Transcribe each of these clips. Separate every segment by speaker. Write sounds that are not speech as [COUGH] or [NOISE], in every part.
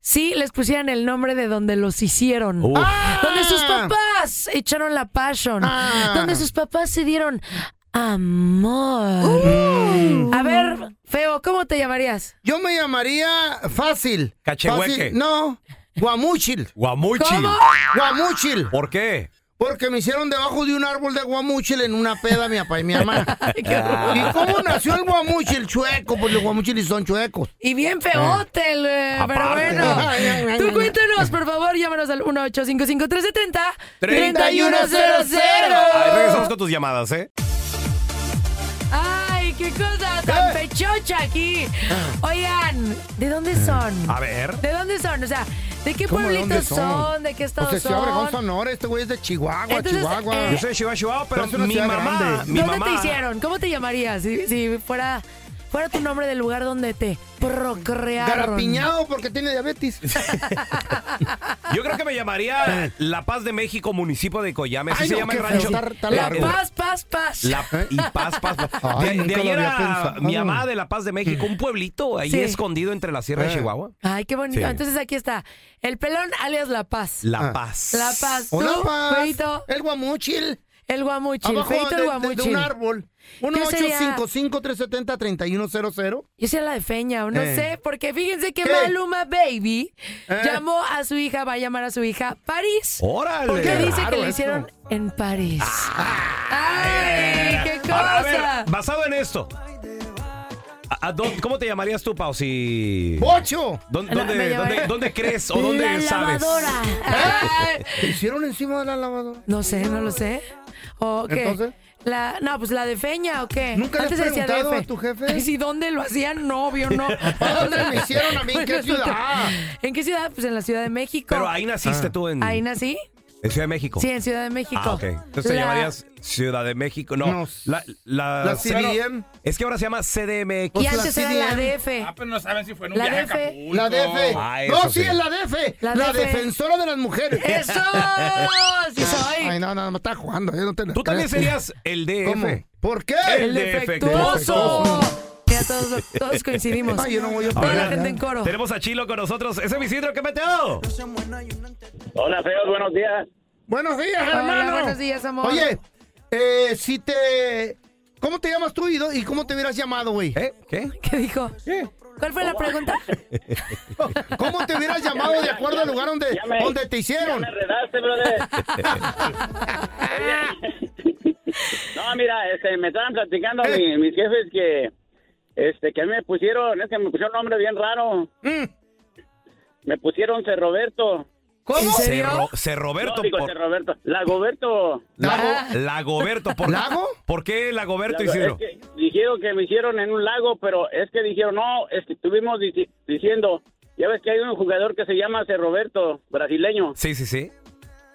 Speaker 1: Si les pusieran el nombre de donde los hicieron.
Speaker 2: Uf.
Speaker 1: Donde sus papás echaron la pasión.
Speaker 3: Ah.
Speaker 1: Donde sus papás se dieron amor. A ver, Feo, ¿cómo te llamarías?
Speaker 3: Yo me llamaría Fácil.
Speaker 2: Cachehueque.
Speaker 3: Fácil- No, Guamuchil.
Speaker 2: Guamuchi.
Speaker 1: ¿Cómo?
Speaker 3: Guamuchil.
Speaker 2: ¿Por qué?
Speaker 3: Porque me hicieron debajo de un árbol de guamuchil en una peda mi papá y mi hermana.
Speaker 1: [LAUGHS] Ay, qué horror.
Speaker 3: ¿Y cómo nació el guamuchil chueco? Pues los guamuchiles son chuecos.
Speaker 1: Y bien feote, el, eh, pero
Speaker 2: Aparte.
Speaker 1: bueno. Tú cuéntanos, por favor, llámanos al 1855370 3100.
Speaker 2: Ahí regresamos con tus llamadas, ¿eh?
Speaker 1: Ay, qué cosa tan
Speaker 3: Eh.
Speaker 1: pechocha aquí. Oigan, ¿de dónde son?
Speaker 2: A ver.
Speaker 1: ¿De dónde son? O sea, ¿de qué
Speaker 3: ¿Cómo de dónde Pues
Speaker 1: pueblitos son? ¿De qué estados
Speaker 3: o sea, si
Speaker 1: son?
Speaker 3: Obregón, Sonora, este güey es de Chihuahua,
Speaker 1: Entonces,
Speaker 3: Chihuahua.
Speaker 1: eh,
Speaker 2: Yo soy de Chihuahua, Chihuahua, pero
Speaker 3: Pero es una
Speaker 2: mi
Speaker 3: ciudad
Speaker 2: mamá,
Speaker 3: grande.
Speaker 2: mi
Speaker 1: ¿Dónde
Speaker 2: mamá.
Speaker 1: te hicieron? ¿Cómo te llamarías si, si fuera, fuera tu nombre del lugar donde te procrearon?
Speaker 3: Garapiñado porque tiene diabetes.
Speaker 2: Yo creo que me
Speaker 3: [LAUGHS]
Speaker 2: llamaría La Paz de México, municipio de Collame. Así
Speaker 3: Ay,
Speaker 2: se
Speaker 3: no,
Speaker 2: llama el
Speaker 3: qué feo,
Speaker 2: rancho.
Speaker 3: está- está
Speaker 1: La
Speaker 3: largo.
Speaker 1: paz, paz, paz.
Speaker 2: La, y Paz, Paz, Paz.
Speaker 3: Ay,
Speaker 2: de, de
Speaker 3: nunca lo
Speaker 2: ahí
Speaker 3: había
Speaker 2: era
Speaker 3: pensado.
Speaker 2: mi mamá de La Paz de México, un pueblito ahí
Speaker 1: Sí.
Speaker 2: escondido entre la Sierra de
Speaker 3: Eh.
Speaker 2: Chihuahua.
Speaker 1: Ay, qué bonito.
Speaker 2: Sí.
Speaker 1: Entonces aquí está. El pelón alias La Paz. La,
Speaker 2: La
Speaker 3: Ah.
Speaker 2: Paz.
Speaker 1: Paz.
Speaker 3: Hola,
Speaker 1: Tú,
Speaker 3: Paz.
Speaker 1: Feito,
Speaker 3: El guamuchil.
Speaker 1: el guamuchil.
Speaker 3: Abajo
Speaker 1: Feito,
Speaker 3: de,
Speaker 1: el
Speaker 3: de-
Speaker 1: guamuchil.
Speaker 3: de un árbol.
Speaker 1: Yo sería-
Speaker 3: 1-855-370-3100.
Speaker 1: Yo soy la de Feña, o no
Speaker 3: Eh.
Speaker 1: sé, porque fíjense que
Speaker 3: ¿Qué?
Speaker 1: Maluma Baby
Speaker 3: Eh.
Speaker 1: llamó a su hija, va a llamar a su hija París.
Speaker 2: Órale.
Speaker 1: Porque dice que
Speaker 3: raro
Speaker 1: le
Speaker 3: eso. Ah.
Speaker 1: hicieron en París. ¡Ay, qué
Speaker 2: Ahora,
Speaker 1: cosa!
Speaker 2: a ver, basado en esto. ¿a- a dó- ¿Cómo te llamarías tú, Pau? Si...
Speaker 3: ¡Bocho!
Speaker 2: ¿Dó- ¿Dónde,
Speaker 1: La- me
Speaker 2: dónde,
Speaker 1: llamaré-
Speaker 2: dónde crees o dónde
Speaker 1: la
Speaker 2: sabes?
Speaker 1: lavadora. Ay.
Speaker 3: ¿Te hicieron encima de la lavadora?
Speaker 1: No sé, no lo sé. ¿O qué?
Speaker 3: ¿Entonces?
Speaker 1: La, no, pues la de Feña o qué.
Speaker 3: ¿Nunca le has
Speaker 1: Antes se decía
Speaker 3: preguntado
Speaker 1: DF.
Speaker 3: a tu jefe?
Speaker 1: Ay, sí, ¿dónde lo hacían? No, obvio, no.
Speaker 3: ¿Dónde me hicieron [LAUGHS] a mí? ¿En qué ciudad?
Speaker 1: ¿En qué ciudad? Pues en la Ciudad de México.
Speaker 2: Pero ahí naciste
Speaker 3: Ah.
Speaker 2: tú en,
Speaker 1: ¿Ahí nací?
Speaker 2: en Ciudad de México.
Speaker 1: Sí, en Ciudad de México.
Speaker 2: Ah, ok. Entonces te
Speaker 1: La-
Speaker 2: llamarías Ciudad de México. No,
Speaker 3: No.
Speaker 2: la, la,
Speaker 3: La CDM.
Speaker 2: Es que ahora se llama CDMX.
Speaker 1: Y
Speaker 3: Pues la
Speaker 1: antes era la
Speaker 3: CDM.
Speaker 1: DF. [LAUGHS]
Speaker 4: Ah, pues no saben si fue en un
Speaker 1: La
Speaker 4: viaje a
Speaker 1: DF.
Speaker 4: Acapulco.
Speaker 3: La DF.
Speaker 2: Ah, eso
Speaker 3: no, sí,
Speaker 2: sí.
Speaker 3: es la DF.
Speaker 1: La
Speaker 3: La,
Speaker 1: DF.
Speaker 3: defensora de las mujeres.
Speaker 1: [LAUGHS] ¡Eso! ¡Sí
Speaker 3: Ay,
Speaker 1: soy!
Speaker 3: no, no, me está jugando. eh, no te la
Speaker 2: Tú también
Speaker 3: creas.
Speaker 2: serías el DF.
Speaker 3: ¿Cómo? ¿Por qué?
Speaker 2: El
Speaker 1: ¡El defectuoso!
Speaker 2: defectuoso.
Speaker 1: Ya todos, todos coincidimos.
Speaker 3: Ay, yo no voy a
Speaker 1: Toda la
Speaker 3: pelear,
Speaker 1: gente
Speaker 3: ya.
Speaker 1: en coro.
Speaker 2: Tenemos a Chilo con nosotros. Ese Isidro que meteo.
Speaker 5: Hola, feos, buenos días.
Speaker 3: Buenos días,
Speaker 1: Hola,
Speaker 3: hermano.
Speaker 1: buenos días, amor.
Speaker 3: Oye, eh, si te... ¿Cómo te llamas tú y, do- y cómo te hubieras llamado, güey?
Speaker 2: ¿Eh? ¿Qué?
Speaker 1: ¿Qué dijo? ¿Cuál fue la pregunta?
Speaker 3: ¿Cómo te hubieras llamado de acuerdo al lugar donde,
Speaker 5: Ya me-
Speaker 3: donde te
Speaker 5: Ya
Speaker 3: hicieron?
Speaker 5: me enredaste,
Speaker 3: [LAUGHS]
Speaker 5: brother. no, mira, este, me estaban platicando
Speaker 3: Eh.
Speaker 5: mi- mis jefes que, este, que a mí me pusieron, es que me pusieron un nombre bien raro.
Speaker 3: Mm.
Speaker 5: Me pusieron C. Roberto.
Speaker 1: ¿En serio?
Speaker 2: Cerro- Cerroberto
Speaker 5: no, digo
Speaker 2: por
Speaker 5: C. Roberto. Lagoberto.
Speaker 1: Ah.
Speaker 3: ¿Lago?
Speaker 2: Lagoberto por
Speaker 3: ¿Lago?
Speaker 2: ¿Por qué Lagoberto
Speaker 5: Lago-
Speaker 2: Isidro?
Speaker 5: es que dijeron que me hicieron en un lago, pero es que dijeron, no, es que estuvimos dici- diciendo, ya ves que hay un jugador que se llama C. Roberto, brasileño.
Speaker 2: Sí, sí, sí.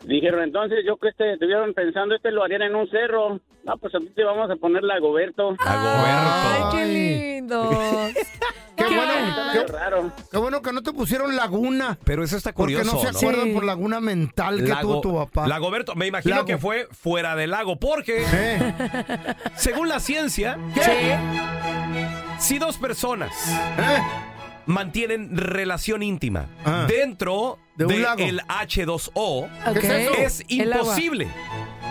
Speaker 5: Dijeron, entonces yo que este, estuvieron pensando, este lo harían en un cerro. No, pues aquí te vamos a poner Lagoberto.
Speaker 1: Ah.
Speaker 2: Lagoberto.
Speaker 3: Ah.
Speaker 1: ¡Ay, qué lindo!
Speaker 3: Qué
Speaker 1: [LAUGHS] Qué
Speaker 3: bueno,
Speaker 6: Ah.
Speaker 1: bárbaro.
Speaker 3: qué,
Speaker 5: Raro.
Speaker 3: qué bueno que no te pusieron laguna.
Speaker 2: Pero eso está
Speaker 3: Porque
Speaker 2: curioso,
Speaker 3: no se
Speaker 2: ¿no?
Speaker 3: acuerdan
Speaker 1: Sí.
Speaker 3: por laguna mental que tuvo tu papá.
Speaker 2: Lagoberto, me imagino
Speaker 3: Lago.
Speaker 2: que fue fuera del lago,
Speaker 3: [LAUGHS]
Speaker 2: porque
Speaker 3: Eh,
Speaker 2: según la ciencia,
Speaker 3: ¿Qué?
Speaker 2: si dos personas
Speaker 3: eh,
Speaker 2: mantienen relación íntima
Speaker 3: Ah.
Speaker 2: dentro
Speaker 3: De
Speaker 2: del
Speaker 3: un lago.
Speaker 2: H2O,
Speaker 3: ¿Qué
Speaker 1: Ok.
Speaker 3: es eso?
Speaker 2: es
Speaker 1: El agua.
Speaker 2: imposible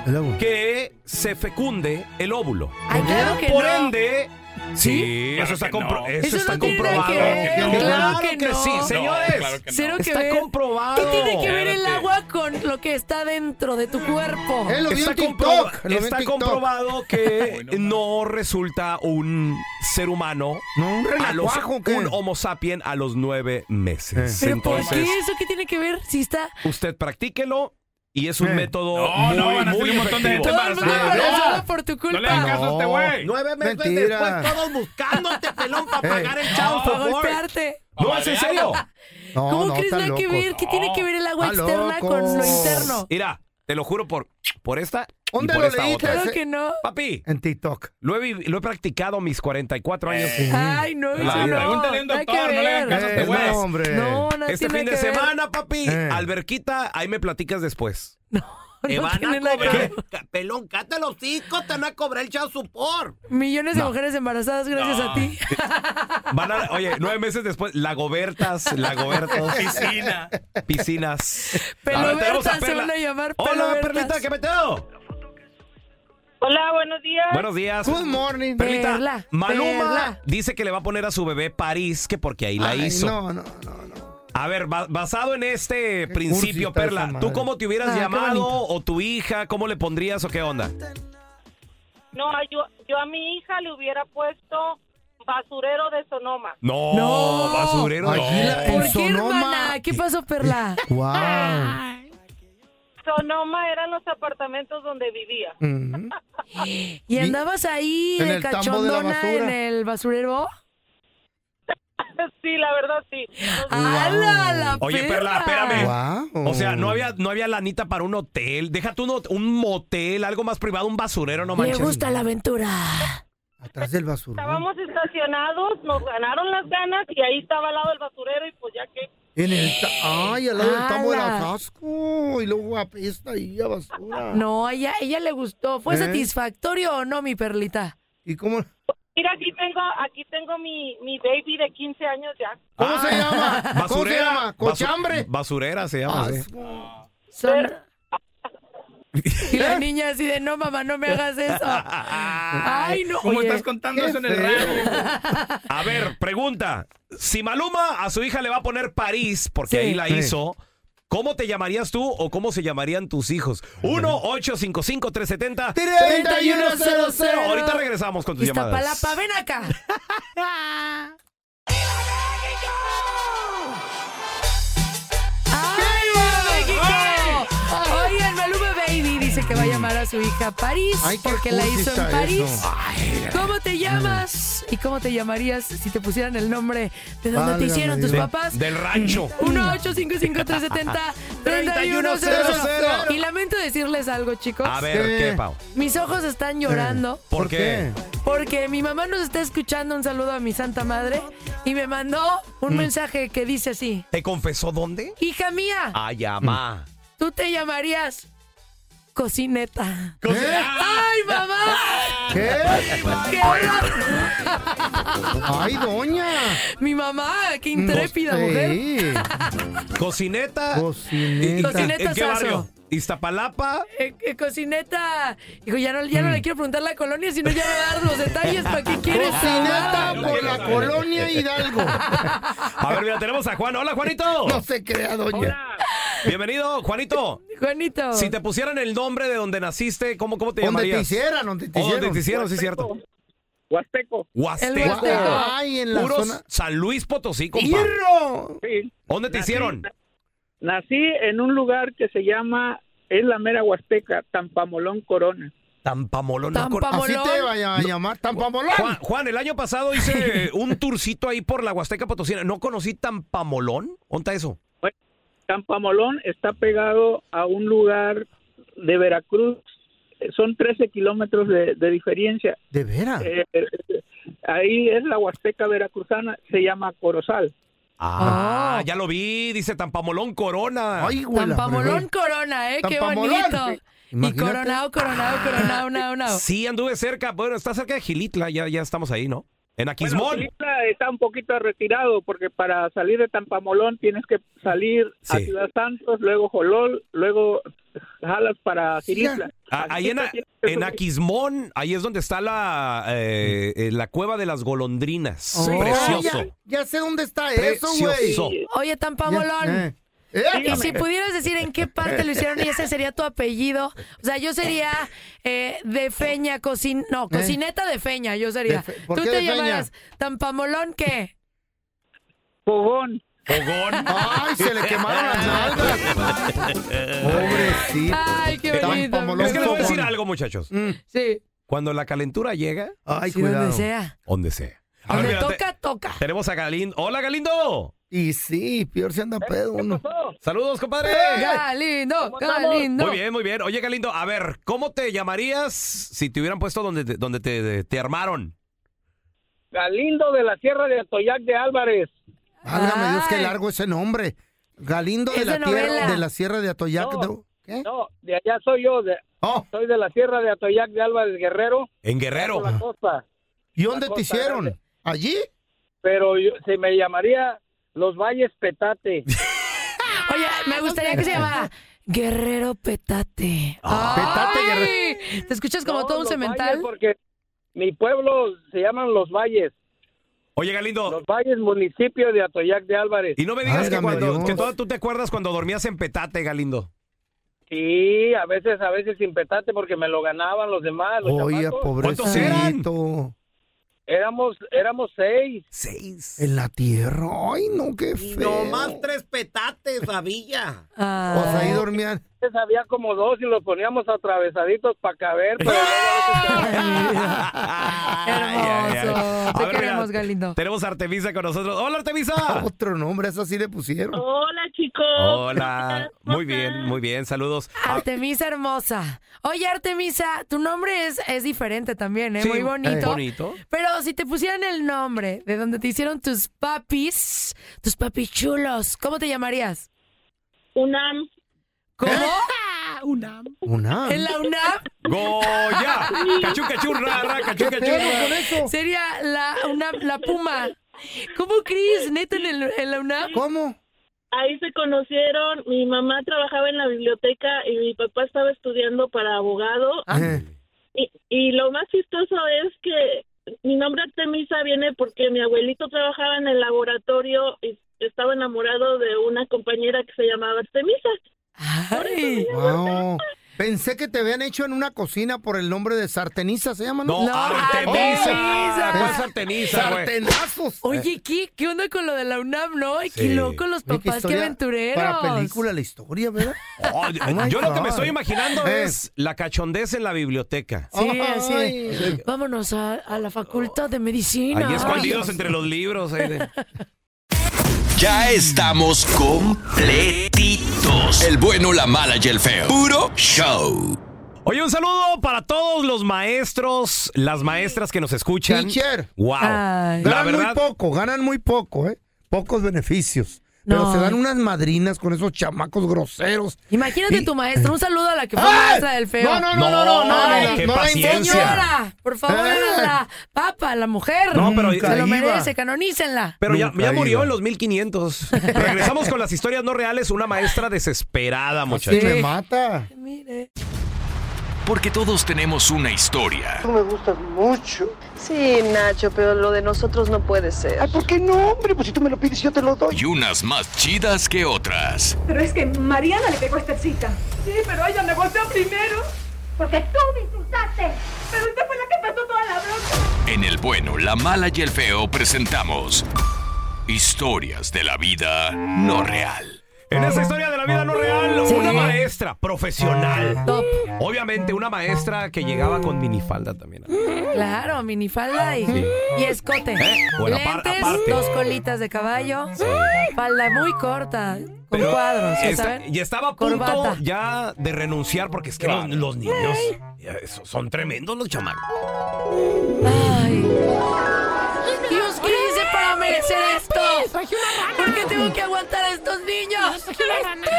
Speaker 3: el agua.
Speaker 2: que se fecunde el óvulo.
Speaker 1: Ay, claro que
Speaker 2: Por
Speaker 1: no.
Speaker 2: ende, sí, eso
Speaker 4: Claro
Speaker 2: está,
Speaker 4: que no.
Speaker 2: compro- eso
Speaker 1: Eso
Speaker 2: está
Speaker 1: no tiene nada
Speaker 2: comprobado.
Speaker 1: que
Speaker 3: Claro que
Speaker 1: ver.
Speaker 3: no.
Speaker 1: Claro
Speaker 2: Claro
Speaker 1: que
Speaker 2: que
Speaker 1: no.
Speaker 2: sí, señores.
Speaker 4: No, claro que no.
Speaker 1: Cero que
Speaker 2: Está
Speaker 1: ver.
Speaker 2: comprobado.
Speaker 1: ¿Qué tiene que ver el
Speaker 4: Espérate.
Speaker 1: agua con lo que está dentro de tu cuerpo?
Speaker 3: Eh, lo vi
Speaker 2: Está,
Speaker 3: en TikTok.
Speaker 2: comproba-
Speaker 3: lo vi en
Speaker 2: está
Speaker 3: TikTok.
Speaker 2: comprobado que
Speaker 4: Ay, no mames.
Speaker 2: no resulta un ser humano
Speaker 3: No, un
Speaker 2: a los-
Speaker 3: relacuajo, ¿qué?
Speaker 2: un homo sapien a los nueve meses.
Speaker 1: Eh. ¿Pero por qué
Speaker 2: Entonces,
Speaker 1: eso qué tiene que ver si está
Speaker 2: usted practíquelo y es un
Speaker 3: Eh.
Speaker 2: método
Speaker 4: No,
Speaker 2: muy,
Speaker 4: no, van a
Speaker 2: muy
Speaker 4: salir un montón de
Speaker 2: efectivo.
Speaker 4: gente
Speaker 1: todo el mundo
Speaker 4: embarazada.
Speaker 1: embarazado por tu
Speaker 4: No
Speaker 1: culpa?
Speaker 4: le hagan caso a este güey.
Speaker 2: Nueve meses
Speaker 3: Mentira.
Speaker 2: después todos
Speaker 1: [LAUGHS]
Speaker 2: buscándote, pelón, para
Speaker 3: Eh.
Speaker 2: pagar el chao
Speaker 1: para Oh, golpearte.
Speaker 2: No, es en serio.
Speaker 3: No,
Speaker 1: [LAUGHS] ¿Cómo
Speaker 3: no,
Speaker 1: crees
Speaker 3: están
Speaker 1: nada que
Speaker 3: locos.
Speaker 1: ver? ¿Qué tiene que ver el agua
Speaker 3: Están
Speaker 1: externa con lo
Speaker 3: locos.
Speaker 1: interno?
Speaker 2: Oh. Mira, Te lo juro por, por esta y
Speaker 3: ¿Dónde
Speaker 2: por
Speaker 3: lo
Speaker 2: esta
Speaker 3: leíste?
Speaker 2: otra.
Speaker 1: Claro que no.
Speaker 2: Papi,
Speaker 3: En TikTok.
Speaker 2: lo he, vi- lo he practicado mis 44
Speaker 1: Eh.
Speaker 2: años.
Speaker 1: Ay, no,
Speaker 2: La
Speaker 1: eso
Speaker 2: vida.
Speaker 1: no.
Speaker 4: Pregúntale a un
Speaker 1: nada que
Speaker 4: doctor, no le
Speaker 1: ver.
Speaker 4: hagan caso a
Speaker 3: Eh,
Speaker 4: este güey.
Speaker 2: más,
Speaker 3: no, hombre.
Speaker 1: No, no
Speaker 2: este
Speaker 1: tiene
Speaker 2: fin de
Speaker 1: que ver.
Speaker 2: semana, papi.
Speaker 3: Eh.
Speaker 2: Alberquita, ahí me platicas después.
Speaker 1: [LAUGHS] No
Speaker 2: Te van a
Speaker 1: tiene nada que
Speaker 2: cobrar.
Speaker 1: ver.
Speaker 2: Ca- Pelón, cata los hocico, te van a cobrar el chasupor.
Speaker 1: Millones de mujeres embarazadas gracias a ti.
Speaker 2: Van a, oye, nueve meses después, lagobertas,
Speaker 1: [LAUGHS]
Speaker 2: lagobertos,
Speaker 5: [LAUGHS]
Speaker 4: Piscina.
Speaker 2: piscinas.
Speaker 1: Pelobertas
Speaker 2: Ahora tenemos
Speaker 1: se
Speaker 2: Perla.
Speaker 1: van a llamar
Speaker 2: Hola,
Speaker 1: pelobertas.
Speaker 2: Perlita, ¿qué meteo?
Speaker 6: Hola, buenos días.
Speaker 2: Buenos días.
Speaker 3: Good morning.
Speaker 2: Perlita,
Speaker 1: Perla,
Speaker 2: Maluma
Speaker 1: Perla.
Speaker 2: dice que le va a poner a su bebé París, que porque ahí la
Speaker 3: Ay,
Speaker 2: hizo.
Speaker 3: No, no, no, no.
Speaker 2: A ver, ba- basado en este principio,
Speaker 3: cursita esa
Speaker 2: Perla,
Speaker 3: madre.
Speaker 2: ¿tú cómo te hubieras
Speaker 1: Ah, qué
Speaker 2: llamado
Speaker 1: bonito.
Speaker 2: o tu hija? ¿Cómo le pondrías o qué onda?
Speaker 6: No, yo, yo a mi hija le hubiera puesto basurero de Sonoma.
Speaker 2: No,
Speaker 1: No.
Speaker 2: basurero. no.
Speaker 3: Allí la-
Speaker 1: [LAUGHS] ¿Por
Speaker 3: en
Speaker 1: qué,
Speaker 3: Sonoma.
Speaker 1: hermana? ¿Qué pasó, Perla?
Speaker 3: Wow.
Speaker 6: Sonoma eran los apartamentos donde vivía.
Speaker 3: Ujú.
Speaker 1: ¿Y andabas ahí
Speaker 3: En
Speaker 1: de
Speaker 3: el tambo de la
Speaker 1: cachondona en
Speaker 3: basura.
Speaker 1: el basurero?
Speaker 6: Sí, la verdad sí. Nos-
Speaker 2: Ah.
Speaker 1: ¡Hala, la
Speaker 2: Oye, Perla, espérame.
Speaker 3: Wow.
Speaker 2: O sea, no había, no había lanita para un hotel. Déjate un, hot- un motel, algo más privado, un basurero, no
Speaker 1: Me
Speaker 2: manches.
Speaker 1: gusta la aventura.
Speaker 3: Atrás del basurero.
Speaker 6: Estábamos estacionados, nos ganaron las ganas y ahí estaba al lado el basurero y pues ya que...
Speaker 3: En el ta- Ay, al lado del tambo del
Speaker 1: ¡Hala!
Speaker 3: atasco. Y luego apesta ahí a basura.
Speaker 1: No, a ella, ella le gustó. ¿Fue
Speaker 3: ¿Eh?
Speaker 1: satisfactorio o no, mi Perlita?
Speaker 3: ¿Y cómo,
Speaker 6: Mira, aquí tengo aquí tengo mi, mi baby de 15 años ya.
Speaker 3: cómo
Speaker 2: Ah,
Speaker 3: se llama? ¿Cómo se
Speaker 2: basurera,
Speaker 3: llama?
Speaker 2: basu-
Speaker 3: ¿Cochambre?
Speaker 2: Basurera se llama.
Speaker 3: Ah,
Speaker 2: sí.
Speaker 1: Son... Y
Speaker 3: ¿Eh?
Speaker 1: la niña así de, no, mamá, no me hagas
Speaker 3: [LAUGHS]
Speaker 1: eso. Ay, no.
Speaker 4: ¿Cómo
Speaker 1: oye.
Speaker 4: estás contando
Speaker 3: qué
Speaker 4: eso en el
Speaker 3: feo.
Speaker 4: radio?
Speaker 2: A ver, pregunta. Si Maluma a su hija le va a poner París, porque
Speaker 1: Sí.
Speaker 2: ahí la
Speaker 3: Sí.
Speaker 2: hizo, ¿cómo te llamarías tú o cómo se llamarían tus hijos? 1-855-370.
Speaker 3: 3100.
Speaker 2: Pero ahorita regresamos con tus llamadas.
Speaker 1: Iztapalapa, ven acá. ¡Ay, México! Oigan, Maluma Baby dice que va a llamar a su hija a París
Speaker 3: Ay, qué
Speaker 1: porque la
Speaker 3: cursi
Speaker 1: hizo en
Speaker 3: está
Speaker 1: París.
Speaker 3: eso.
Speaker 1: ¿Cómo te llamas? ¿Y cómo te llamarías si te pusieran el nombre de donde
Speaker 3: Válgame
Speaker 1: te hicieron tus
Speaker 3: Dios.
Speaker 1: papás?
Speaker 2: Del rancho.
Speaker 1: 1-855-370-3100. Y lamento decirles algo, chicos.
Speaker 2: A ver,
Speaker 3: ¿Qué?
Speaker 2: ¿qué, Pau?
Speaker 1: Mis ojos
Speaker 3: Eh.
Speaker 1: están llorando.
Speaker 2: ¿Por qué?
Speaker 1: Porque mi mamá nos está escuchando, un saludo a mi santa madre, y me mandó
Speaker 3: Mm.
Speaker 1: un mensaje que dice así,
Speaker 2: ¿Te confesó dónde? Ah,
Speaker 1: hija mía,
Speaker 3: Ah.
Speaker 2: Ay, ama.
Speaker 1: tú te llamarías cocineta.
Speaker 3: ¿Qué?
Speaker 1: ¡Ay, mamá!
Speaker 3: ¿Qué?
Speaker 1: ¡Qué horror!
Speaker 3: Ay, doña.
Speaker 1: Mi mamá, qué intrépida mujer.
Speaker 3: Mm. Sí.
Speaker 2: Cocineta.
Speaker 3: Cocineta.
Speaker 1: Cocineta
Speaker 2: ¿En qué
Speaker 1: Sazo.
Speaker 2: barrio? Iztapalapa.
Speaker 1: Eh, eh, cocineta. Dijo, ya no, ya no
Speaker 3: Mm.
Speaker 1: le quiero preguntar la colonia, sino ya me va a dar los detalles para qué quieres.
Speaker 3: Cocineta
Speaker 1: mamá?
Speaker 3: por la colonia Hidalgo.
Speaker 2: A ver, mira, tenemos a Juan. Hola, Juanito.
Speaker 3: No se crea, doña.
Speaker 6: Hola.
Speaker 2: Bienvenido, Juanito.
Speaker 1: Juanito.
Speaker 2: Si te pusieran el nombre de donde naciste, ¿cómo, cómo te
Speaker 3: Donde te
Speaker 2: llamarías?
Speaker 3: hicieran, donde te
Speaker 2: Oh, donde
Speaker 3: hicieron.
Speaker 2: te hicieron, sí, cierto.
Speaker 5: Huasteco.
Speaker 1: El
Speaker 2: Huasteco. Ah,
Speaker 1: Huasteco.
Speaker 3: Ay, en la
Speaker 2: Puros
Speaker 3: zona.
Speaker 2: San Luis Potosí, compa.
Speaker 3: ¡Hierro!
Speaker 5: Sí.
Speaker 2: ¿Dónde te hicieron?
Speaker 5: Nací en un lugar que se llama, es la mera Huasteca, Tampamolón Corona.
Speaker 2: Tampamolón. no
Speaker 1: Tampa-
Speaker 2: con-
Speaker 3: Así
Speaker 1: Pamolón.
Speaker 3: te vaya a llamar. ¡Tampamolón!
Speaker 2: Juan, Juan, el año pasado hice un tourcito ahí por la Huasteca Potosina. ¿No conocí Tampamolón? ¿Onta eso?
Speaker 5: Tampamolón está pegado a un lugar de Veracruz. eh, Son 13 kilómetros de, de diferencia.
Speaker 3: ¿De veras?
Speaker 5: Eh, eh, ahí es la Huasteca Veracruzana, se llama Corozal.
Speaker 2: Ah,
Speaker 1: Ah.
Speaker 2: ya lo vi. Dice Tampamolón Corona.
Speaker 3: Ay, güey. la
Speaker 1: Tampamolón
Speaker 3: fregó.
Speaker 1: Corona, ¿eh? Qué
Speaker 3: Tampamolón.
Speaker 1: bonito. Y
Speaker 3: Imagínate.
Speaker 1: coronado, coronado, coronado, nao, nao.
Speaker 2: Sí, anduve cerca. Bueno, está cerca de Gilitla. Ya, ya estamos ahí, ¿no? En Aquismón.
Speaker 5: Bueno, Tuxtla está un poquito retirado porque para salir de Tampamolón tienes que salir a
Speaker 2: Sí.
Speaker 5: Ciudad Santos, luego Jolol, luego jalas para Ciritla.
Speaker 2: Ah, ahí en, A- en Aquismón, ahí es donde está la, eh, eh, la cueva de las golondrinas.
Speaker 3: Oh,
Speaker 2: Precioso.
Speaker 3: Ya, ya sé dónde está eso, güey.
Speaker 2: Precioso.
Speaker 1: Oye, Tampamolón.
Speaker 3: Ya- eh. Eh,
Speaker 1: Y si pudieras decir en qué parte lo hicieron y ese sería tu apellido, o sea, yo sería eh, de Feña, cocin no, cocineta de Feña, yo sería.
Speaker 3: Eh. De Fe-
Speaker 1: Tú
Speaker 3: ¿por qué
Speaker 1: te
Speaker 3: de Feña?
Speaker 1: llamarías Tampamolón, ¿qué?
Speaker 5: Fogón.
Speaker 2: Fogón.
Speaker 3: Ay, se le quemaron las nalgas. Pobrecito.
Speaker 1: Ay, qué
Speaker 3: Tan
Speaker 1: bonito.
Speaker 3: Pamolón.
Speaker 2: Es que les voy a decir
Speaker 3: Fogón.
Speaker 2: algo, muchachos.
Speaker 1: Sí,
Speaker 2: Cuando la calentura llega,
Speaker 3: Ay,
Speaker 1: sí,
Speaker 3: cuidado.
Speaker 1: donde sea.
Speaker 2: donde sea. A ver,
Speaker 1: Donde
Speaker 2: mira, te-
Speaker 1: toca, toca.
Speaker 2: Tenemos a Galindo. Hola, Galindo.
Speaker 3: Y sí, peor se anda pedo uno.
Speaker 2: Saludos, compadre.
Speaker 1: Galindo, Galindo.
Speaker 2: Muy bien, muy bien. Oye, Galindo, a ver, ¿cómo te llamarías si te hubieran puesto donde te, donde te, te armaron?
Speaker 5: Galindo de la Sierra de Atoyac de Álvarez.
Speaker 3: Háblame Dios, qué
Speaker 1: Ay.
Speaker 3: largo ese nombre. Galindo de
Speaker 1: Es
Speaker 3: la,
Speaker 1: de
Speaker 3: tierra,
Speaker 1: novela.
Speaker 3: de la Sierra de Atoyac.
Speaker 5: No.
Speaker 3: ¿no? ¿Qué?
Speaker 5: No, de allá soy yo, de-
Speaker 3: Oh,
Speaker 5: soy de la Sierra de Atoyac de Álvarez Guerrero,
Speaker 2: En
Speaker 5: por
Speaker 2: Guerrero.
Speaker 5: la costa.
Speaker 3: ¿Y dónde
Speaker 5: La
Speaker 3: te
Speaker 5: Costa
Speaker 3: hicieron?
Speaker 5: Grande.
Speaker 3: ¿Allí?
Speaker 5: Pero yo- se me llamaría Los Valles Petate.
Speaker 1: Oye, me gustaría que se llamara Guerrero Petate.
Speaker 3: Petate
Speaker 1: Ay, Te escuchas como
Speaker 5: No,
Speaker 1: todo un
Speaker 5: Los
Speaker 1: cemental.
Speaker 5: Valles, Porque mi pueblo se llaman Los Valles.
Speaker 2: Oye,
Speaker 3: Oh.
Speaker 2: Galindo,
Speaker 5: Los Valles, municipio de Atoyac de Álvarez.
Speaker 2: y no me digas que,
Speaker 3: Válgame
Speaker 2: cuando,
Speaker 3: Dios.
Speaker 2: que todo- tú te acuerdas cuando dormías en Petate, Galindo.
Speaker 5: Sí, a veces, a veces sin petate porque me lo ganaban los demás. Los
Speaker 3: Oye,
Speaker 5: chamacos.
Speaker 2: ¿Cuántos eran?
Speaker 3: pobrecito.
Speaker 5: Éramos, éramos seis.
Speaker 2: Seis.
Speaker 3: En la tierra. Ay, no, qué feo.
Speaker 7: tres petates había.
Speaker 1: Ah.
Speaker 3: O sea, ahí dormían.
Speaker 5: Antes había como dos y los poníamos atravesaditos para
Speaker 3: Eh.
Speaker 5: caber. Pero
Speaker 2: Ay, ay, ay.
Speaker 1: Hermoso.
Speaker 2: A
Speaker 1: Te
Speaker 2: ver,
Speaker 1: queremos,
Speaker 2: mira,
Speaker 1: Galindo.
Speaker 2: Tenemos a Artemisa con nosotros. ¡Hola, Artemisa!
Speaker 3: Ah, Otro nombre, eso sí le pusieron.
Speaker 6: Hola, chicos.
Speaker 2: Oh. Hola. Muy bien, muy bien. Saludos. Ah,
Speaker 1: Artemisa hermosa. Oye, Artemisa, tu nombre es, es diferente también, ¿eh?
Speaker 2: sí,
Speaker 1: Muy bonito.
Speaker 2: Bonito.
Speaker 1: Pero si te pusieran el nombre de donde te hicieron tus papis, tus papis chulos, ¿cómo te llamarías?
Speaker 6: UNAM.
Speaker 1: ¿Cómo?
Speaker 3: ¿Eh? Una.
Speaker 1: ¿En la UNAM?
Speaker 2: Goya. Cachú, cachú, rara, cachú,
Speaker 3: ¿Qué
Speaker 2: cachú.
Speaker 3: pedo con eso?
Speaker 1: Sería la UNAM, la Puma. ¿Cómo crees, neta, en, el- en la UNAM?
Speaker 3: ¿Cómo?
Speaker 6: Ahí se conocieron. Mi mamá trabajaba en la biblioteca y mi papá estaba estudiando para abogado.
Speaker 3: Eh,
Speaker 6: Y, y lo más chistoso es que mi nombre Artemisa viene porque mi abuelito trabajaba en el laboratorio y estaba enamorado de una compañera que se llamaba Artemisa.
Speaker 1: Ay.
Speaker 3: wow. Pensé que te habían hecho en una cocina por el nombre de Sarteniza, ¿se llama?
Speaker 2: No,
Speaker 1: No,
Speaker 2: Artemisa.
Speaker 1: Artemisa.
Speaker 2: ¿Cuál
Speaker 3: pues.
Speaker 2: es Artemisa, güey?
Speaker 3: Sartenazos.
Speaker 1: Oye, ¿qué, ¿qué onda con lo de la UNAM, no? Y
Speaker 2: Sí.
Speaker 1: qué loco los
Speaker 3: Oye, qué
Speaker 1: papás, qué
Speaker 3: historia
Speaker 1: aventureros.
Speaker 3: Para película la historia, ¿verdad?
Speaker 2: Oh, yo-
Speaker 3: Oh my
Speaker 2: yo lo que me
Speaker 3: God.
Speaker 2: estoy imaginando
Speaker 3: Eh.
Speaker 2: es la cachondez en la biblioteca.
Speaker 1: Sí, así
Speaker 3: Ay.
Speaker 1: es. Vámonos a, a la facultad de medicina.
Speaker 2: Ahí escondidos entre los libros. eh, de-
Speaker 8: Ya estamos completitos. El bueno, la mala y el feo. Puro show.
Speaker 2: Oye, un saludo para todos los maestros, las maestras que nos escuchan.
Speaker 3: Teacher.
Speaker 2: Wow.
Speaker 1: Ay.
Speaker 2: La
Speaker 3: Ganan muy
Speaker 2: verdad,
Speaker 3: poco, ganan muy poco, ¿eh? Pocos beneficios.
Speaker 1: No.
Speaker 3: Pero se dan unas madrinas con esos chamacos groseros.
Speaker 1: Imagínate
Speaker 3: Y-
Speaker 1: tu maestra. Un saludo a la que fue
Speaker 3: ¡Ay!
Speaker 1: maestra del feo.
Speaker 3: No, no, no, no, no, no,
Speaker 1: Ay,
Speaker 3: no,
Speaker 2: qué
Speaker 3: no, no,
Speaker 2: paciencia.
Speaker 1: Señora, por favor,
Speaker 3: Eh.
Speaker 1: a la papa, a la mujer.
Speaker 2: No, pero-
Speaker 1: se lo
Speaker 3: Nunca
Speaker 1: merece,
Speaker 3: iba.
Speaker 1: canonícenla.
Speaker 2: pero ya,
Speaker 3: Nunca
Speaker 2: ya murió
Speaker 3: iba.
Speaker 2: en los 1500. Regresamos con las historias no reales. Una maestra desesperada, muchachos.
Speaker 3: Se mata.
Speaker 1: Mire.
Speaker 8: Porque todos tenemos una historia.
Speaker 9: Tú me gustas mucho.
Speaker 10: Sí, Nacho, pero lo de nosotros no puede ser.
Speaker 9: Ay, ¿por qué no, hombre? Pues si tú me lo pides, yo te lo doy.
Speaker 8: Y unas más chidas que otras.
Speaker 11: Pero es que Mariana le pegó esta cita. Sí, pero ella me golpeó primero. Porque tú me insultaste. Pero usted fue la que pasó toda la bronca.
Speaker 8: En el bueno, la mala y el feo presentamos historias de la vida no real.
Speaker 2: En esa historia de la vida no real,
Speaker 1: Sí.
Speaker 2: una maestra profesional.
Speaker 1: Top.
Speaker 2: Obviamente, una maestra que llegaba con minifalda también.
Speaker 1: Claro, minifalda y,
Speaker 2: Sí.
Speaker 1: y escote.
Speaker 2: Eh, bueno, apar-
Speaker 1: Lentes,
Speaker 2: aparte.
Speaker 1: dos colitas de caballo, falda muy corta, con
Speaker 2: Pero
Speaker 1: cuadros, ¿ya
Speaker 2: esta-
Speaker 1: saben?
Speaker 2: y estaba a punto
Speaker 1: Corbata.
Speaker 2: ya de renunciar porque es que los, los niños eh, son- son tremendos los chamacos.
Speaker 1: Ay. Dios, ¿qué hice para merecer esto? ¿Por qué tengo que aguantar a estos niños?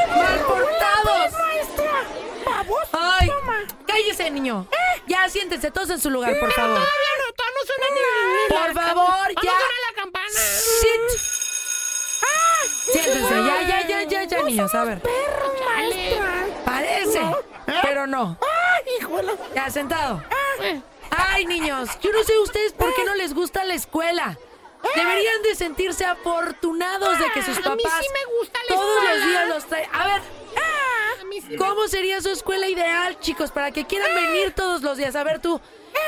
Speaker 1: ¡Mal portados! ¡Ay! ¡Cállese, niño! Ya siéntense todos en su lugar, por favor. ¡Por favor, ya! ¡Sit! Siéntense, ya, ya, ya, ya, ya, niños, a ver. Parece, pero no. Ya, sentado. Ay, niños, yo no sé ustedes por qué no les gusta la escuela. Deberían de sentirse afortunados de que sus papás todos los días los traen. A ver, ¿cómo sería su escuela ideal, chicos, para que quieran venir todos los días? A ver tú,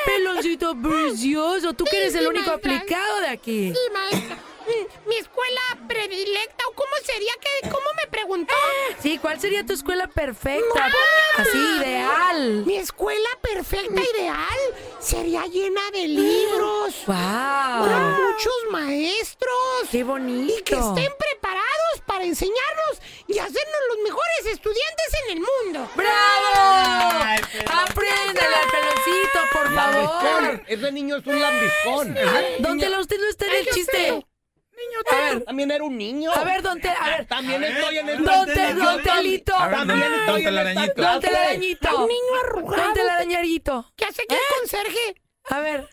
Speaker 1: Peloncito precioso, tú que eres el único aplicado de aquí.
Speaker 12: Sí, maestra. Mm, Mi escuela predilecta, o cómo sería que, cómo me preguntó.
Speaker 1: Sí, ¿cuál sería tu escuela perfecta? Así, ideal.
Speaker 12: Mi escuela perfecta, ideal, sería llena de libros.
Speaker 1: ¡Wow!
Speaker 12: Con muchos maestros.
Speaker 1: ¡Qué bonito!
Speaker 12: Y que estén preparados para enseñarnos y hacernos los mejores estudiantes en el mundo.
Speaker 1: ¡Bravo! ¡Apréndale al peloncito, por favor!
Speaker 7: Ese niño es un lambiscón.
Speaker 1: Ah, Don Tela, usted no está en
Speaker 12: este
Speaker 1: el chiste. A ver,
Speaker 7: También era un niño.
Speaker 1: a ver, Don Tela, a ver.
Speaker 7: También estoy en el
Speaker 1: Don Te- Don Telito.
Speaker 7: A ver, También
Speaker 1: Don-
Speaker 7: estoy en esta
Speaker 1: Don
Speaker 7: clase.
Speaker 12: A un
Speaker 1: Telarañito.
Speaker 12: niño arrugado.
Speaker 1: Don Telarañarito.
Speaker 12: ¿Qué hace que el conserje?
Speaker 1: A ver,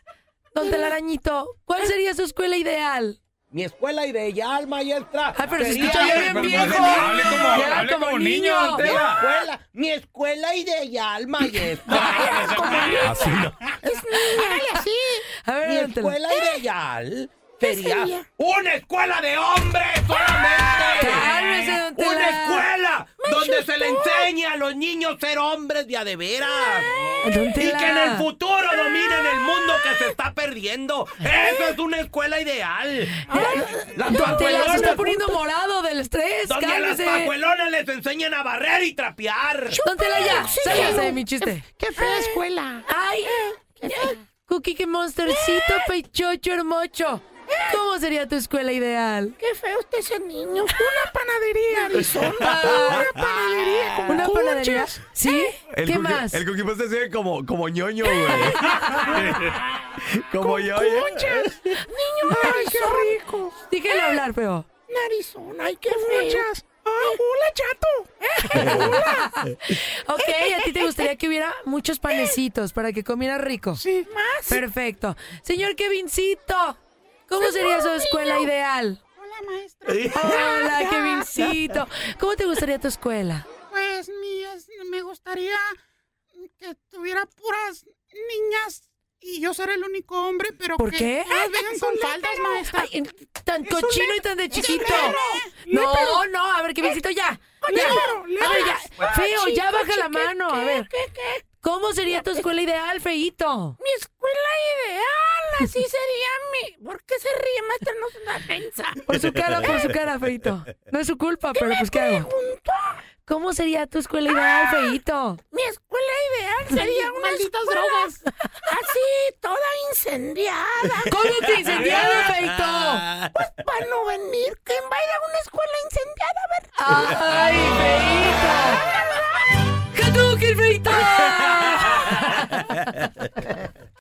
Speaker 1: Don Telarañito, ¿cuál sería su escuela ideal?
Speaker 7: Mi escuela ideal, maestra.
Speaker 1: Ay, pero se
Speaker 7: sería-
Speaker 1: escucha ya bien
Speaker 4: pero
Speaker 1: viejo.
Speaker 4: no hable como-
Speaker 1: Ya
Speaker 4: hable como niño,
Speaker 7: Mi
Speaker 4: Tela.
Speaker 7: escuela, mi escuela ideal,
Speaker 1: [LAUGHS]
Speaker 7: maestra.
Speaker 2: [LAUGHS] Así no.
Speaker 12: Hágale así.
Speaker 1: A ver,
Speaker 7: mi
Speaker 1: Don Tela.
Speaker 7: escuela ideal sería
Speaker 12: sería?
Speaker 7: una escuela de hombres
Speaker 1: Cálmese,
Speaker 7: solamente.
Speaker 1: don Tela.
Speaker 7: Una escuela donde se le enseña a los niños ser hombres de a de veras.
Speaker 1: Don
Speaker 7: Y
Speaker 1: Tela.
Speaker 7: que en el futuro dominen el mundo que se está perdiendo. Esa es una escuela ideal. Las
Speaker 1: Don Tela se está
Speaker 7: pajuelonas-
Speaker 1: poniendo morado del estrés.
Speaker 7: donde a las
Speaker 1: Cálmese.
Speaker 7: pajuelonas les enseñan a barrer y trapear.
Speaker 1: Don Tela, ya.
Speaker 12: Sí,
Speaker 1: Sálgase
Speaker 12: claro.
Speaker 1: de mi chiste.
Speaker 12: Qué fea escuela.
Speaker 1: Ay, Cookie, qué monstercito, pechocho, hermocho. ¿Cómo sería tu escuela ideal?
Speaker 12: Qué feo usted ese niño. Una panadería, Arizona.
Speaker 1: Ah,
Speaker 12: Una panadería con
Speaker 1: ¿Una panadería?
Speaker 12: cuchas.
Speaker 1: ¿Sí?
Speaker 7: ¿Eh?
Speaker 2: El
Speaker 1: ¿Qué
Speaker 2: Cookie-
Speaker 1: más?
Speaker 2: El Cookie Pie se sigue como, como ñoño,
Speaker 3: [LAUGHS]
Speaker 2: güey. [LAUGHS] como yo,
Speaker 12: Cuchas. Niño, ay, qué rico.
Speaker 1: Dígale hablar, feo.
Speaker 12: Narizona, ay, qué feo. Ah, hola, chato.
Speaker 1: [LAUGHS] Ok, a ti te gustaría que hubiera muchos panecitos para que comiera rico.
Speaker 12: Sí, más.
Speaker 1: Perfecto. Señor Kevincito, ¿cómo sería su escuela ideal?
Speaker 12: Hola, maestra.
Speaker 1: Hola,
Speaker 12: [LAUGHS]
Speaker 1: Kevincito. ¿Cómo te gustaría tu escuela?
Speaker 12: Pues mi, es- me gustaría que tuviera puras niñas y yo ser el único hombre, pero
Speaker 1: ¿Por
Speaker 12: que
Speaker 1: qué?
Speaker 12: todas vengan con faldas, maestra.
Speaker 1: Ay, tan cochino y tan de chiquito.
Speaker 12: No
Speaker 1: No,
Speaker 12: hay pedo.
Speaker 1: no, a ver,
Speaker 12: Eh,
Speaker 1: Kevincito, ya. ya.
Speaker 12: Lébaro,
Speaker 1: A ver,
Speaker 12: lébaro.
Speaker 1: ya. Feo, ya
Speaker 12: Chico,
Speaker 1: baja la
Speaker 12: chiquete,
Speaker 1: mano. A ver,
Speaker 12: ¿Qué, qué?
Speaker 1: ¿cómo sería tu escuela ideal, feíto?
Speaker 12: Mi escuela ideal, así sería mi... ¿Por qué se ríe, maestra? No es una pensa.
Speaker 1: Por su cara, por su cara, feito. No es su culpa, pero pues qué hago. ¿Cómo sería tu escuela ideal, feito?
Speaker 12: Mi escuela ideal Ah, sería una Malditas drogas. Así, toda incendiada.
Speaker 1: ¿Cómo te incendiaron,
Speaker 2: Ah,
Speaker 1: feito?
Speaker 12: Para no venir, ¿quién va a ir a una escuela incendiada? A ver.
Speaker 1: ¡Ay, feito! ¡Hadouken, feito!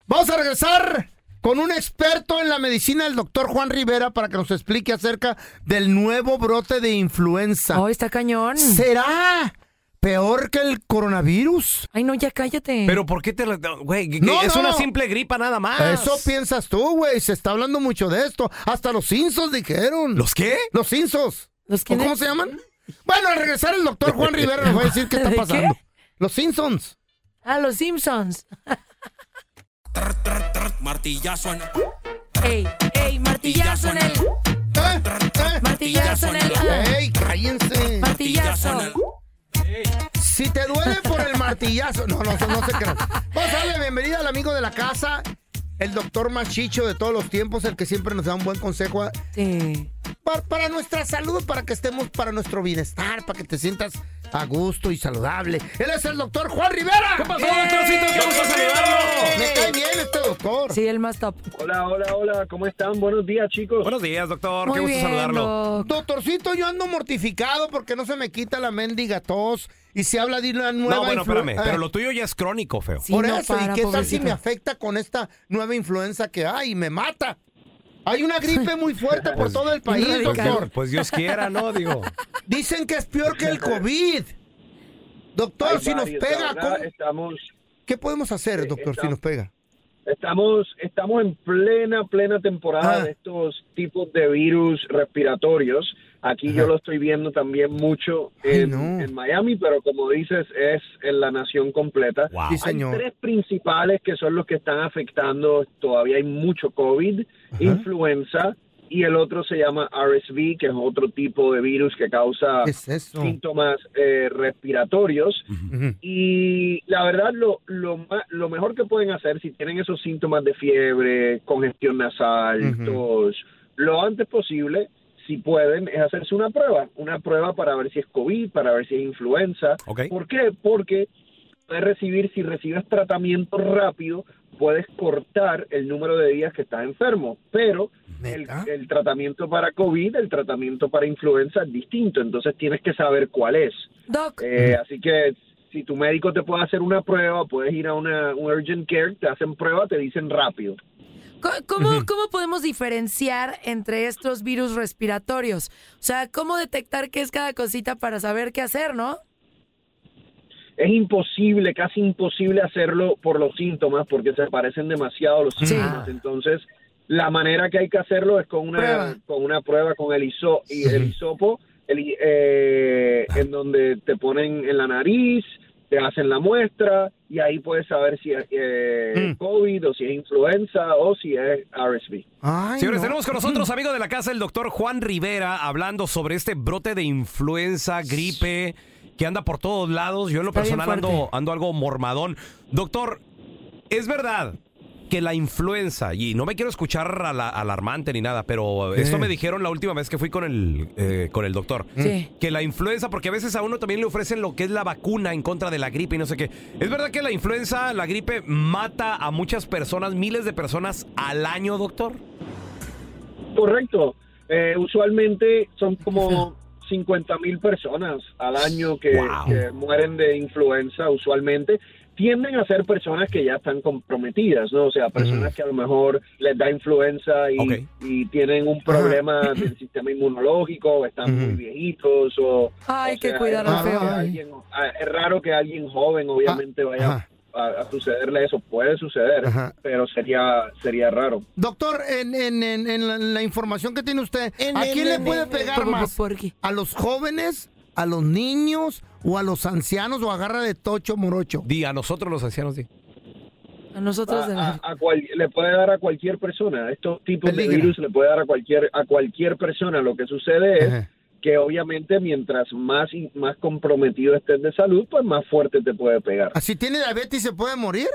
Speaker 3: Vamos a regresar con un experto en la medicina, el doctor Juan Rivera, para que nos explique acerca del nuevo brote de influenza.
Speaker 1: [LAUGHS] ¡Ay, está cañón!
Speaker 3: ¿Será peor que el coronavirus?
Speaker 1: Ay, no, ya cállate.
Speaker 2: [LAUGHS] Pero ¿por qué te la... Güey, que- que
Speaker 3: No,
Speaker 2: es
Speaker 3: no,
Speaker 2: una
Speaker 3: no.
Speaker 2: simple gripa nada más.
Speaker 3: Eso piensas tú, güey. Se está hablando mucho de esto. Hasta los insos dijeron.
Speaker 2: ¿Los qué?
Speaker 3: Los insos.
Speaker 1: ¿Los
Speaker 3: ¿O
Speaker 1: quiénes?
Speaker 3: ¿Cómo se llaman? Bueno, al regresar el doctor Juan Rivera nos va a decir qué está
Speaker 1: ¿De qué?
Speaker 3: pasando. Los Simpsons.
Speaker 1: A los Simpsons.
Speaker 13: Martillazo en
Speaker 1: ¡Ey, ey! ¡Martillazo en el!
Speaker 3: ¿Eh? ¿Eh?
Speaker 1: ¡Martillazo en el! ah,
Speaker 3: ¡Ey, cállense!
Speaker 1: ¡Martillazo!
Speaker 3: Si te duele por el martillazo. No, no, no se crean. Vamos a darle la bienvenida al amigo de la casa, el doctor Machicho de todos los tiempos, el que siempre nos da un buen consejo a-
Speaker 1: Sí.
Speaker 3: pa- para nuestra salud, para que estemos, para nuestro bienestar, para que te sientas a gusto y saludable. Él es el doctor Juan Rivera. ¿Qué pasó, doctorcito? ¡Qué gusto saludarlo! Me cae bien este doctor.
Speaker 1: Sí, el más top.
Speaker 14: Hola, hola, hola, ¿cómo están? Buenos días, chicos.
Speaker 2: Buenos días, doctor.
Speaker 1: Muy
Speaker 2: qué gusto
Speaker 1: bien,
Speaker 2: saludarlo.
Speaker 1: Doc.
Speaker 3: Doctorcito, yo ando mortificado porque no se me quita la mendiga tos y se habla de una nueva
Speaker 2: No, bueno,
Speaker 3: influ-
Speaker 2: espérame.
Speaker 3: Ah.
Speaker 2: Pero lo tuyo ya es crónico, feo.
Speaker 1: Sí,
Speaker 3: Por
Speaker 1: no
Speaker 3: eso,
Speaker 1: para,
Speaker 3: ¿y qué tal si
Speaker 1: pobrecito.
Speaker 3: me afecta con esta nueva influenza que hay? Me mata. Hay una gripe muy fuerte por
Speaker 2: Pues,
Speaker 3: todo el país,
Speaker 1: radical.
Speaker 2: Pues,
Speaker 3: doctor.
Speaker 2: Dios- pues Dios quiera, ¿no? Digo.
Speaker 3: Dicen que es peor que el COVID. Doctor,
Speaker 14: Hay
Speaker 3: si nos
Speaker 14: varios, la
Speaker 3: pega,
Speaker 14: verdad,
Speaker 3: ¿cómo-
Speaker 14: Estamos,
Speaker 3: ¿qué podemos hacer,
Speaker 14: Sí,
Speaker 3: doctor, si
Speaker 14: estamos-
Speaker 3: nos pega?
Speaker 14: estamos, estamos en plena, plena temporada
Speaker 3: Ah.
Speaker 14: de estos tipos de virus respiratorios. Aquí yo
Speaker 3: Ajá.
Speaker 14: lo estoy viendo también mucho
Speaker 3: Ay,
Speaker 14: en,
Speaker 3: no.
Speaker 14: en Miami, pero como dices, es en la nación completa.
Speaker 2: Wow.
Speaker 3: Sí,
Speaker 14: Hay
Speaker 3: señor.
Speaker 14: tres principales que son los que están afectando. Todavía hay mucho COVID,
Speaker 3: Ajá.
Speaker 14: influenza y el otro se llama RSV, que es otro tipo de virus que causa
Speaker 3: ¿Qué es eso?
Speaker 14: síntomas eh, respiratorios. Y la verdad, lo, lo, ma- lo mejor que pueden hacer si tienen esos síntomas de fiebre, congestión nasal,
Speaker 13: Ujú.
Speaker 14: tos, lo antes posible, si pueden, es hacerse una prueba. Una prueba para ver si es COVID, para ver si es influenza. ¿Por qué? Porque puedes recibir, si recibes tratamiento rápido, puedes cortar el número de días que estás enfermo. Pero el, el tratamiento para COVID, el tratamiento para influenza es distinto. Entonces tienes que saber cuál es.
Speaker 1: Doc.
Speaker 14: Eh, así que si tu médico te puede hacer una prueba, puedes ir a una, un urgent care, te hacen prueba, te dicen rápido.
Speaker 1: Co- ¿Cómo, ¿Cómo podemos diferenciar entre estos virus respiratorios? O sea, ¿cómo detectar qué es cada cosita para saber qué hacer, no?
Speaker 14: Es imposible, casi imposible hacerlo por los síntomas porque se parecen demasiado los síntomas. Entonces, la manera que hay que hacerlo es con una
Speaker 13: Prueba.
Speaker 14: con una prueba con el hiso- y el hisopo, el hi- eh, en donde te ponen en la nariz, te hacen la muestra y ahí puedes saber si es eh, COVID o si es influenza o si es RSV.
Speaker 2: Señores,
Speaker 14: no.
Speaker 2: tenemos con
Speaker 7: Mm.
Speaker 2: nosotros, amigo de la casa, el doctor Juan Rivera, hablando sobre este brote de influenza, gripe, que anda por todos lados. Yo en lo
Speaker 7: Está bien
Speaker 2: personal ando,
Speaker 7: fuerte.
Speaker 2: ando algo mormadón. Doctor, es verdad que la influenza, y no me quiero escuchar ala- alarmante ni nada, pero
Speaker 7: Sí.
Speaker 2: esto me dijeron la última vez que fui con el, eh, con el doctor, que la influenza, porque a veces a uno también le ofrecen lo que es la vacuna en contra de la gripe y no sé qué. ¿Es verdad que la influenza, la gripe, mata a muchas personas, miles de personas al año, doctor?
Speaker 14: Correcto. Eh, usualmente son como 50 mil personas al año que, que mueren de influenza usualmente. Tienden a ser personas que ya están comprometidas, ¿no? O sea, personas que a lo mejor les da influenza y, y tienen un problema del sistema inmunológico, o están muy viejitos o...
Speaker 1: Ay,
Speaker 14: o
Speaker 1: que
Speaker 14: sea,
Speaker 1: cuidar
Speaker 14: es
Speaker 1: al
Speaker 14: raro
Speaker 1: feo. ¿eh?
Speaker 14: que alguien- ah, Es raro que alguien joven obviamente vaya a, a sucederle eso. Puede suceder, pero sería, sería raro.
Speaker 3: Doctor, en, en- en- en la, en la información que tiene usted, ¿a
Speaker 14: en-
Speaker 3: quién le
Speaker 14: en-
Speaker 3: puede
Speaker 14: en-
Speaker 3: pegar
Speaker 14: por- por-
Speaker 3: más? ¿A los jóvenes, a los niños o a los ancianos o agarra de tocho morocho?
Speaker 2: Di, a nosotros los ancianos, di.
Speaker 1: A nosotros
Speaker 2: Ah,
Speaker 1: de
Speaker 14: a, a cual- le puede dar a cualquier persona. Estos tipos de virus le puede dar a cualquier a cualquier persona. Lo que sucede
Speaker 5: Eh.
Speaker 14: es que obviamente mientras más y- más comprometido estés de salud, pues más fuerte te puede pegar.
Speaker 3: Si tiene diabetes, ¿se puede morir?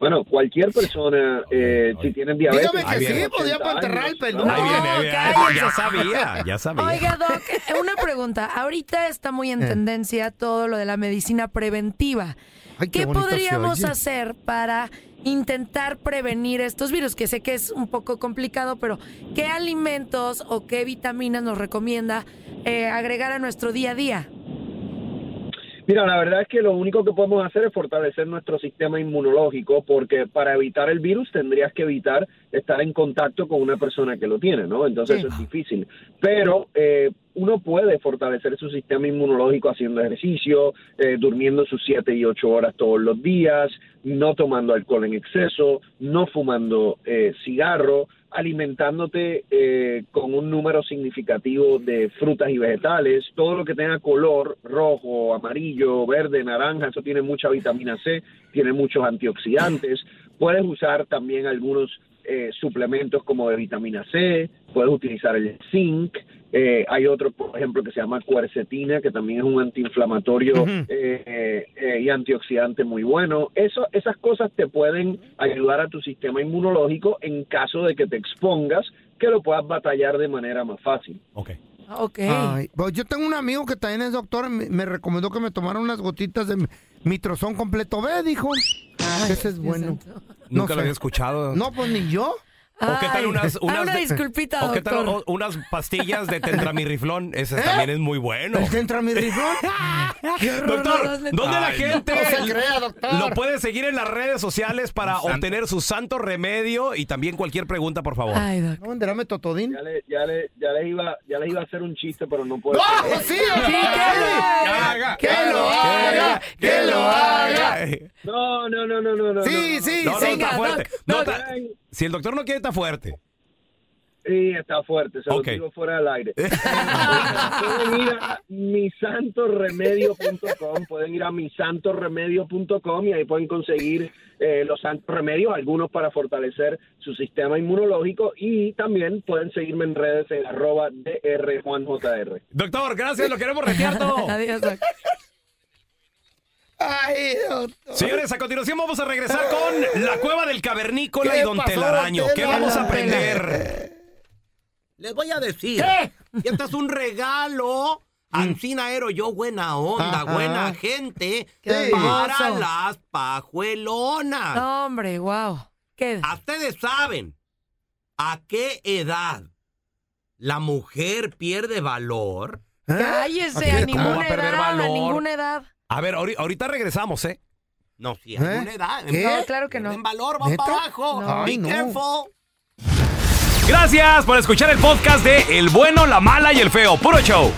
Speaker 14: Bueno, cualquier persona eh, si tienen diabetes.
Speaker 3: Dígame que sí, pues ya para enterrar el pelón.
Speaker 14: Ahí viene, ahí viene.
Speaker 3: cállense.
Speaker 2: Ya sabía, ya sabía.
Speaker 1: Oiga, Doc, eh, una pregunta. Ahorita está muy en
Speaker 2: Eh.
Speaker 1: tendencia todo lo de la medicina preventiva.
Speaker 3: Ay,
Speaker 1: ¿Qué,
Speaker 3: qué bonito se
Speaker 1: podríamos
Speaker 3: oye.
Speaker 1: hacer para intentar prevenir estos virus? Que sé que es un poco complicado, pero ¿qué alimentos o qué vitaminas nos recomienda eh, agregar a nuestro día a día?
Speaker 14: Mira, la verdad es que lo único que podemos hacer es fortalecer nuestro sistema inmunológico, porque para evitar el virus tendrías que evitar estar en contacto con una persona que lo tiene, ¿no? Entonces eso es difícil. Pero eh, uno puede fortalecer su sistema inmunológico haciendo ejercicio, eh, durmiendo sus 7 y 8 horas todos los días, no tomando alcohol en exceso, no fumando eh, cigarro, alimentándote eh, con un número significativo de frutas y vegetales, todo lo que tenga color rojo, amarillo, verde, naranja, eso tiene mucha vitamina C, tiene muchos antioxidantes. Puedes usar también algunos eh, suplementos como de vitamina C, puedes utilizar el zinc, eh, hay otro, por ejemplo, que se llama cuercetina, que también es un antiinflamatorio eh, eh, y antioxidante muy bueno. Eso, esas cosas te pueden ayudar a tu sistema inmunológico en caso de que te expongas, que lo puedas batallar de manera más fácil.
Speaker 1: Ok.
Speaker 3: Ay, pues yo tengo un amigo que también es doctor, me, me recomendó que me tomara unas gotitas de mi- mitrozón completo B, dijo. Ese es bueno. No
Speaker 2: Nunca
Speaker 3: sé.
Speaker 2: lo había escuchado.
Speaker 3: No, pues ni yo.
Speaker 2: ¿O qué tal
Speaker 1: Ah,
Speaker 2: unas, unas de- o qué tal
Speaker 3: doctor.
Speaker 2: o- unas pastillas de tentramirriflón? Ese también es muy bueno.
Speaker 3: ¿El tentramirriflón? [LAUGHS] Qué horror,
Speaker 2: Doctor,
Speaker 3: no, no, no.
Speaker 2: ¿dónde la
Speaker 3: Ay, no.
Speaker 2: gente
Speaker 3: No se crea, doctor.
Speaker 2: lo puede seguir en las redes sociales para obtener su santo remedio y también cualquier pregunta, por favor?
Speaker 3: ¿No venderáme Totodín?
Speaker 14: Ya, le- ya le- ya les iba, ya les iba a hacer un chiste, pero no puedo.
Speaker 3: ¡No! ¡Ah, pues ¡Sí! ¡Que lo haga! ¡Que lo haga!
Speaker 14: No, no, no, no, no. no,
Speaker 3: Sí,
Speaker 14: no,
Speaker 3: sí,
Speaker 2: No, no,
Speaker 3: venga,
Speaker 2: está fuerte.
Speaker 3: doc,
Speaker 2: No,
Speaker 3: doc.
Speaker 2: está- si el doctor no quiere, está fuerte.
Speaker 14: Sí, está fuerte, se
Speaker 2: Ok.
Speaker 14: lo digo fuera del aire. Eh, pueden ir a misantoremedio.com, pueden ir a misantoremedio.com y ahí pueden conseguir eh, los santos remedios, algunos para fortalecer su sistema inmunológico y también pueden seguirme en redes en arroba drjuanjr.
Speaker 2: Doctor, gracias, lo queremos retear todo.
Speaker 1: [LAUGHS] Adiós,
Speaker 3: Ay, doctor.
Speaker 2: Señores, a continuación vamos a regresar con la cueva del cavernícola
Speaker 3: ¿Qué
Speaker 2: y don
Speaker 3: pasó,
Speaker 2: Telaraño. ¿Qué
Speaker 3: Tela?
Speaker 2: vamos a aprender?
Speaker 7: Les voy a decir. Y esto es un regalo. Ancina ero yo, buena onda,
Speaker 1: Ajá.
Speaker 7: buena gente.
Speaker 1: Qué
Speaker 7: Para
Speaker 1: hermoso.
Speaker 7: las pajuelonas.
Speaker 1: No, hombre, wow. ¿Qué?
Speaker 7: ¿A Ustedes saben a qué edad la mujer pierde valor.
Speaker 1: Cállese, a ninguna edad, a ninguna edad.
Speaker 2: A ver, ahori- ahorita regresamos, ¿eh?
Speaker 7: No, sí,
Speaker 2: a
Speaker 7: ninguna edad. ¿Qué?
Speaker 1: No, claro que no. En
Speaker 7: valor, va para abajo. Be careful.
Speaker 2: Gracias por escuchar el podcast de El Bueno, la Mala y el Feo. Puro show.